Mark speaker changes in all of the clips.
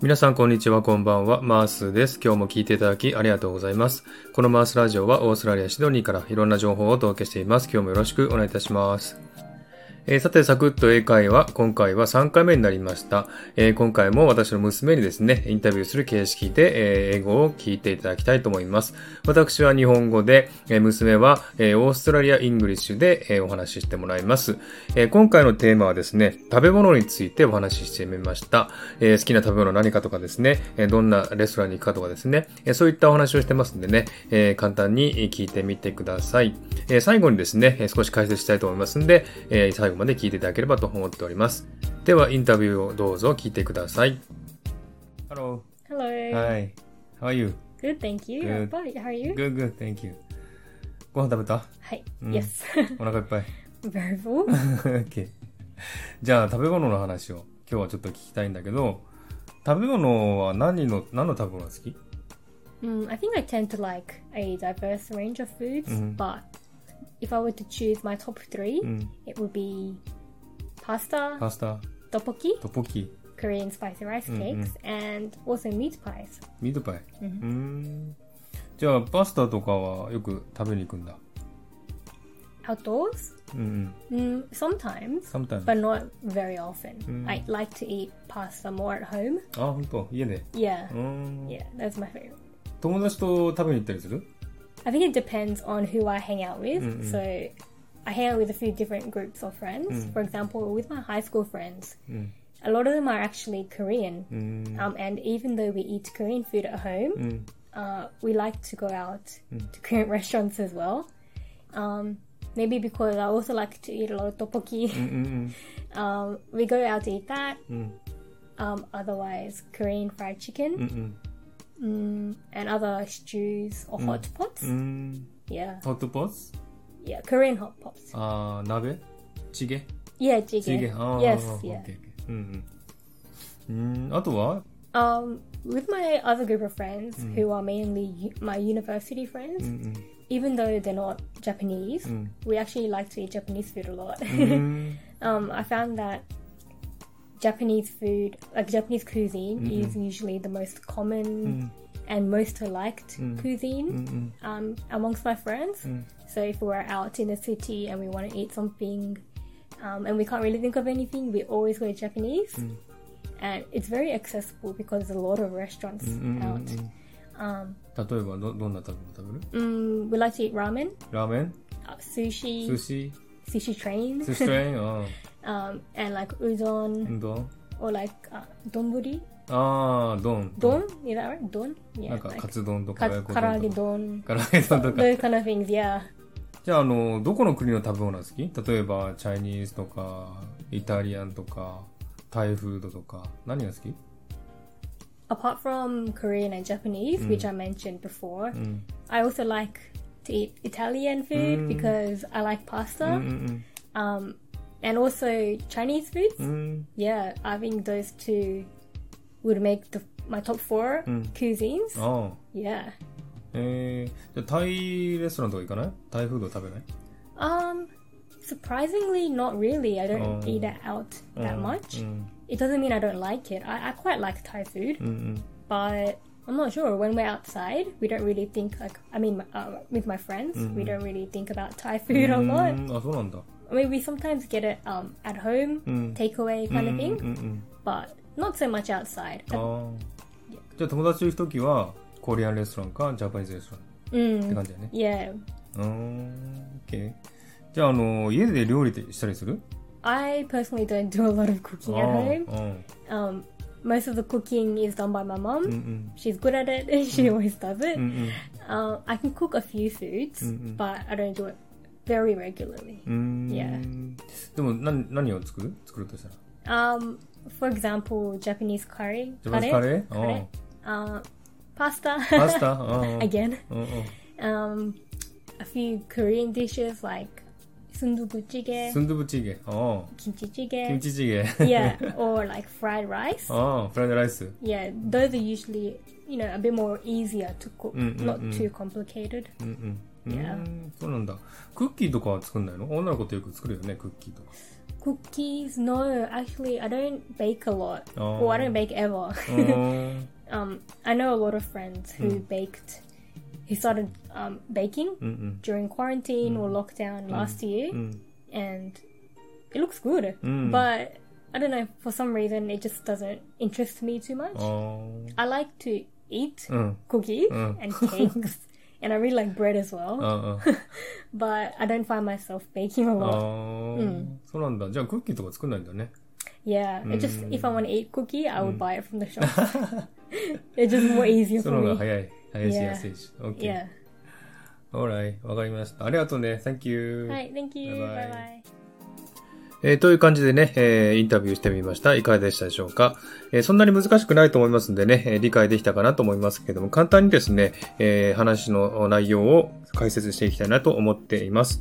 Speaker 1: 皆さん、こんにちは、こんばんは。マースです。今日も聞いていただきありがとうございます。このマースラジオはオーストラリア・シドニーからいろんな情報をお届けしています。今日もよろしくお願いいたします。えーさて、サクッと英会話、今回は3回目になりました。えー今回も私の娘にですね、インタビューする形式で、えー英語を聞いていただきたいと思います。私は日本語で、えー娘は、えーオーストラリア・イングリッシュで、えーお話ししてもらいます、えー今回のテーマはですね、食べ物についてお話ししてみました。えー好きな食べ物何かとかですね、えーどんなレストランに行くかとかですね、えーそういったお話をしてますんでね、えー簡単に聞いてみてください。えー最後にですね、えー少し解説したいと思いますんで、えー最後まで聞いていただければと思っております。では、インタビューをどうぞ聞いてください。Hello.
Speaker 2: Hello.
Speaker 1: Hi. How are you?
Speaker 2: Good, thank you.
Speaker 1: Good.
Speaker 2: How about you? How are you?
Speaker 1: Good, Mm. good. Thank you. ご飯食べた
Speaker 2: はい。
Speaker 1: うん
Speaker 2: Yes.
Speaker 1: お腹いっぱい。
Speaker 2: Very full.
Speaker 1: OK じゃあ食べ物の話を今日はちょっと聞きたいんだけど食べ物は何の何の食べ物が好き
Speaker 2: Mm, I think I tend to like a diverse range of foods,
Speaker 1: Mhm.
Speaker 2: but if I were to choose my top three,
Speaker 1: うん、
Speaker 2: it would be pasta,
Speaker 1: パスタ
Speaker 2: tteokbokki,
Speaker 1: トッポッキー
Speaker 2: Korean spicy rice
Speaker 1: Mhm.
Speaker 2: cakes, and also meat pies.
Speaker 1: ミートパイ
Speaker 2: うん
Speaker 1: ーんじゃあパスタとかはよく食べに行くんだ
Speaker 2: Outdoors,
Speaker 1: うんうん
Speaker 2: mm, sometimes,
Speaker 1: サムタイム
Speaker 2: but not very often.
Speaker 1: Mm.
Speaker 2: I like to eat pasta more at home.
Speaker 1: あ本当家で
Speaker 2: Yeah.
Speaker 1: うーん
Speaker 2: Yeah, that's my favorite.
Speaker 1: 友達と食べに行ったりする
Speaker 2: I think it depends on who I hang out with.
Speaker 1: Mm, mm.
Speaker 2: So I hang out with a few different groups of friends. For example, with my high school friends,
Speaker 1: うん
Speaker 2: a lot of them are actually Korean.
Speaker 1: うーん
Speaker 2: Um, and even though we eat Korean food at home,
Speaker 1: うん
Speaker 2: uh, we like to go out to Korean restaurants as well. Um, maybe because I also like to eat a lot of tteokbokki.
Speaker 1: うん
Speaker 2: Um, we go out to eat that.
Speaker 1: うん
Speaker 2: Um, otherwise, Korean fried chicken
Speaker 1: うんうん
Speaker 2: mm, and other stews or hot
Speaker 1: う
Speaker 2: pots.
Speaker 1: んうん
Speaker 2: Yeah,
Speaker 1: ホットポス
Speaker 2: yeah, Korean hot pots.
Speaker 1: あー鍋チゲ
Speaker 2: Yeah, jjigae.
Speaker 1: チゲああ
Speaker 2: Yes,
Speaker 1: オッケ
Speaker 2: yeah.
Speaker 1: ーオッケーうんうんうーんあとは
Speaker 2: Um, with my other group of friends, who are mainly u- my university friends,
Speaker 1: うんうん
Speaker 2: even though they're not Japanese,
Speaker 1: Mm. Mm-hmm.
Speaker 2: we actually like to eat Japanese food a lot.
Speaker 1: うん、
Speaker 2: um, I found that Japanese food, like Japanese cuisine, is usually the most common and most liked
Speaker 1: う
Speaker 2: cuisine
Speaker 1: ん、
Speaker 2: um, amongst my friends. So if we're out in the city and we want to eat something um, and we can't really think of anything, we always go Japanese. And it's very accessible because there's a lot of restaurants out.
Speaker 1: 例えばどどんな食べ物食べる
Speaker 2: Mm, we like to eat ramen,
Speaker 1: ラーメン
Speaker 2: uh, sushi,
Speaker 1: 寿司
Speaker 2: sushi trains,
Speaker 1: 寿司トレインあ
Speaker 2: um, and like
Speaker 1: ー
Speaker 2: udon
Speaker 1: うどん
Speaker 2: or like uh, donburi.
Speaker 1: ああ丼
Speaker 2: Don? Is that right? Don?
Speaker 1: な
Speaker 2: Yeah.
Speaker 1: んか
Speaker 2: Mm. Like
Speaker 1: カツ丼とか
Speaker 2: ka-
Speaker 1: 親子
Speaker 2: karaage
Speaker 1: 丼
Speaker 2: don.
Speaker 1: とか唐揚げ丼 とか
Speaker 2: Those kind of things, yeah.
Speaker 1: じゃああのどこの国の食べ物が好き例えばチャイニーズとかイタリアンとかタイフードとか何が好き
Speaker 2: apart from Korean and Japanese, which I mentioned before, I also like to eat Italian food because I like pasta.
Speaker 1: うん
Speaker 2: Um, and also Chinese food.
Speaker 1: うんうん
Speaker 2: Yeah, I think those two would make the, my top four cuisines.
Speaker 1: ああ
Speaker 2: Yeah.
Speaker 1: えー、じゃあタイレストランとか行かないタイフード食べない
Speaker 2: Um, surprisingly, not really. I don't
Speaker 1: Oh.
Speaker 2: eat it out that much.
Speaker 1: うん、
Speaker 2: It doesn't mean I don't like it. I, I quite like Thai food.
Speaker 1: うんうん、
Speaker 2: but I'm not sure. When we're outside, we don't really think like I mean, uh, with my friends, we don't really think about Thai food a lot.
Speaker 1: うんあそうなんだ
Speaker 2: I mean, we sometimes get it um, at home,
Speaker 1: Mm.
Speaker 2: takeaway kind of
Speaker 1: うんう
Speaker 2: thing,
Speaker 1: んうん
Speaker 2: but not so much outside.
Speaker 1: あーじゃあ友達と行くときはコリアンレストランかジャパニーズレストランって
Speaker 2: Mm,
Speaker 1: 感じだよね
Speaker 2: yeah,
Speaker 1: うーん OK じゃああの家で料理ってしたりする
Speaker 2: I personally don't do a lot of cooking
Speaker 1: あー
Speaker 2: at home.
Speaker 1: うん
Speaker 2: Um, most of the cooking is done by my mum.
Speaker 1: うん
Speaker 2: She's good at it. and She always does it.
Speaker 1: うんうん
Speaker 2: Um, I can cook a few foods, but I don't do it very regularly.
Speaker 1: うんう
Speaker 2: Yeah.
Speaker 1: ーんでも何何を作る作るとしたら
Speaker 2: Um, for example, Japanese curry,
Speaker 1: ジャパニーズカレー
Speaker 2: カレーカレー、uh, pasta,
Speaker 1: うんパスタうんうん
Speaker 2: again,
Speaker 1: うんうん
Speaker 2: um, a few Korean dishes like sundubu jjigae,
Speaker 1: スンドゥブチゲ。あ
Speaker 2: kimchi Oh.
Speaker 1: あ。キム
Speaker 2: jjigae.
Speaker 1: チチゲ。
Speaker 2: yeah, or like fried rice.
Speaker 1: ああ、フライドライス。
Speaker 2: Yeah, those are usually, you know, a bit more easier to cook,
Speaker 1: Mm, mm,
Speaker 2: not
Speaker 1: mm.
Speaker 2: too complicated.
Speaker 1: うんうん。
Speaker 2: Yeah.
Speaker 1: うーんそうなんだ。クッキーとかは作んないの女の子ってよく作るよね、クッキーとか。
Speaker 2: Cookies? No, actually, I don't bake a lot.
Speaker 1: Oh.
Speaker 2: Or I don't bake ever.
Speaker 1: う ーん
Speaker 2: um, I know a lot of friends who baked, who started um, baking
Speaker 1: うん
Speaker 2: during quarantine or lockdown last year,
Speaker 1: うん。うん。
Speaker 2: and it looks good.
Speaker 1: Mm.
Speaker 2: But I don't know, for some reason, it just doesn't interest me too much.
Speaker 1: あー
Speaker 2: I like to eat
Speaker 1: うん。
Speaker 2: cookies
Speaker 1: Mm.
Speaker 2: and cakes, and I really like bread as well.
Speaker 1: ああ。
Speaker 2: but I don't find myself baking a
Speaker 1: あ
Speaker 2: lot.
Speaker 1: あ。そうなんだ。じゃあクッキーとか作んないんだね。
Speaker 2: yeah, it just if I want to eat cookie, I would buy it from the shop. it's just more easier
Speaker 1: そ
Speaker 2: for
Speaker 1: の方が
Speaker 2: me.
Speaker 1: 早い。早いし
Speaker 2: Yeah.
Speaker 1: 安いし。OK。
Speaker 2: Yeah.
Speaker 1: Alright. わかりました。ありがとうね。Thank you.
Speaker 2: Right. Thank you.
Speaker 1: Bye-bye.
Speaker 2: Bye bye.
Speaker 1: えーという感じでね、えーインタビューしてみました。いかがでしたでしょうか、えーそんなに難しくないと思いますんでね、えー理解できたかなと思いますけれども、簡単にですね、えー話の内容を解説していきたいなと思っています。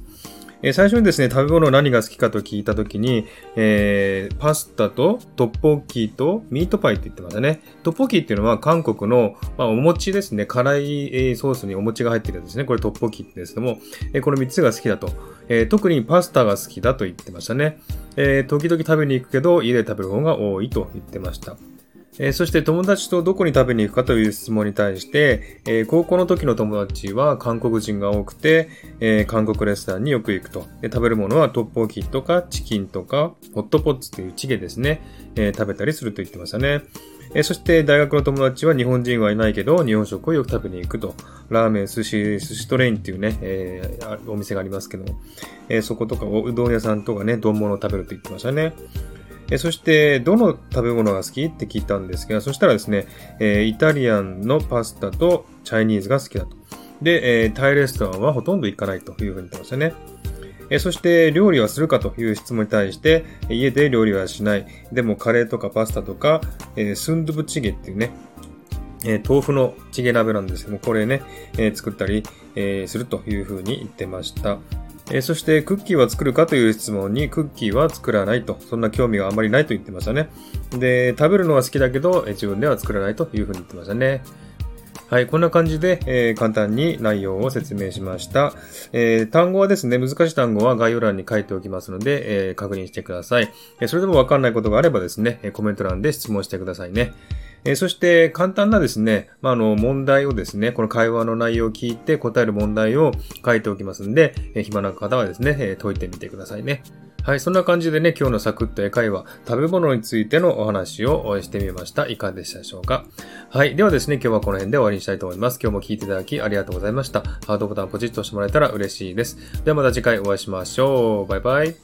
Speaker 1: えー最初にですね、食べ物何が好きかと聞いたときに、えーパスタとトッポッキーとミートパイって言ってましたね。トッポッキーっていうのは韓国の、まあ、お餅ですね。辛いえーソースにお餅が入ってるやつですね。これトッポッキーってですけども、えーこの3つが好きだと、えー特にパスタが好きだと言ってましたね。えー時々食べに行くけど、家で食べる方が多いと言ってました。えーそして友達とどこに食べに行くかという質問に対して、えー高校の時の友達は韓国人が多くて、えー韓国レストランによく行くと。で食べるものはトッポッキとかチキンとかホットポッツというチゲですね、えー食べたりすると言ってましたね。えーそして大学の友達は日本人はいないけど、日本食をよく食べに行くと。ラーメン、寿司、寿司トレインっていうね、えーあお店がありますけども、えーそことかおうどん屋さんとかね、丼物を食べると言ってましたね。えーそして、どの食べ物が好きって聞いたんですが、そしたらですね、えーイタリアンのパスタとチャイニーズが好きだと。で、えータイレストランはほとんど行かないというふうに言ってましたね。えーそして、料理はするかという質問に対して、えー家で料理はしない。でも、カレーとかパスタとか、えースンドゥブチゲっていうね、えー豆腐のチゲ鍋なんですけども、これね、えー作ったり、えーするというふうに言ってました。えーそして、クッキーは作るかという質問に、クッキーは作らないと、そんな興味があまりないと言ってましたね。で、食べるのは好きだけど、えー自分では作らないというふうに言ってましたね。はい、こんな感じで、えー簡単に内容を説明しました、えー単語はですね、難しい単語は概要欄に書いておきますので、えー確認してください。えーそれでもわかんないことがあればですね、えーコメント欄で質問してくださいね。えーそして、簡単なですね、まあ、あの、問題をですね、この会話の内容を聞いて答える問題を書いておきますんで、えー暇な方はですね、えー解いてみてくださいね。はい、そんな感じでね、今日のサクッと英会話、食べ物についてのお話をしてみました。いかがでしたでしょうかはい、ではですね、今日はこの辺で終わりにしたいと思います。今日も聞いていただきありがとうございました。ハートボタンポチッと押してもらえたら嬉しいです。ではまた次回お会いしましょう。バイバイ。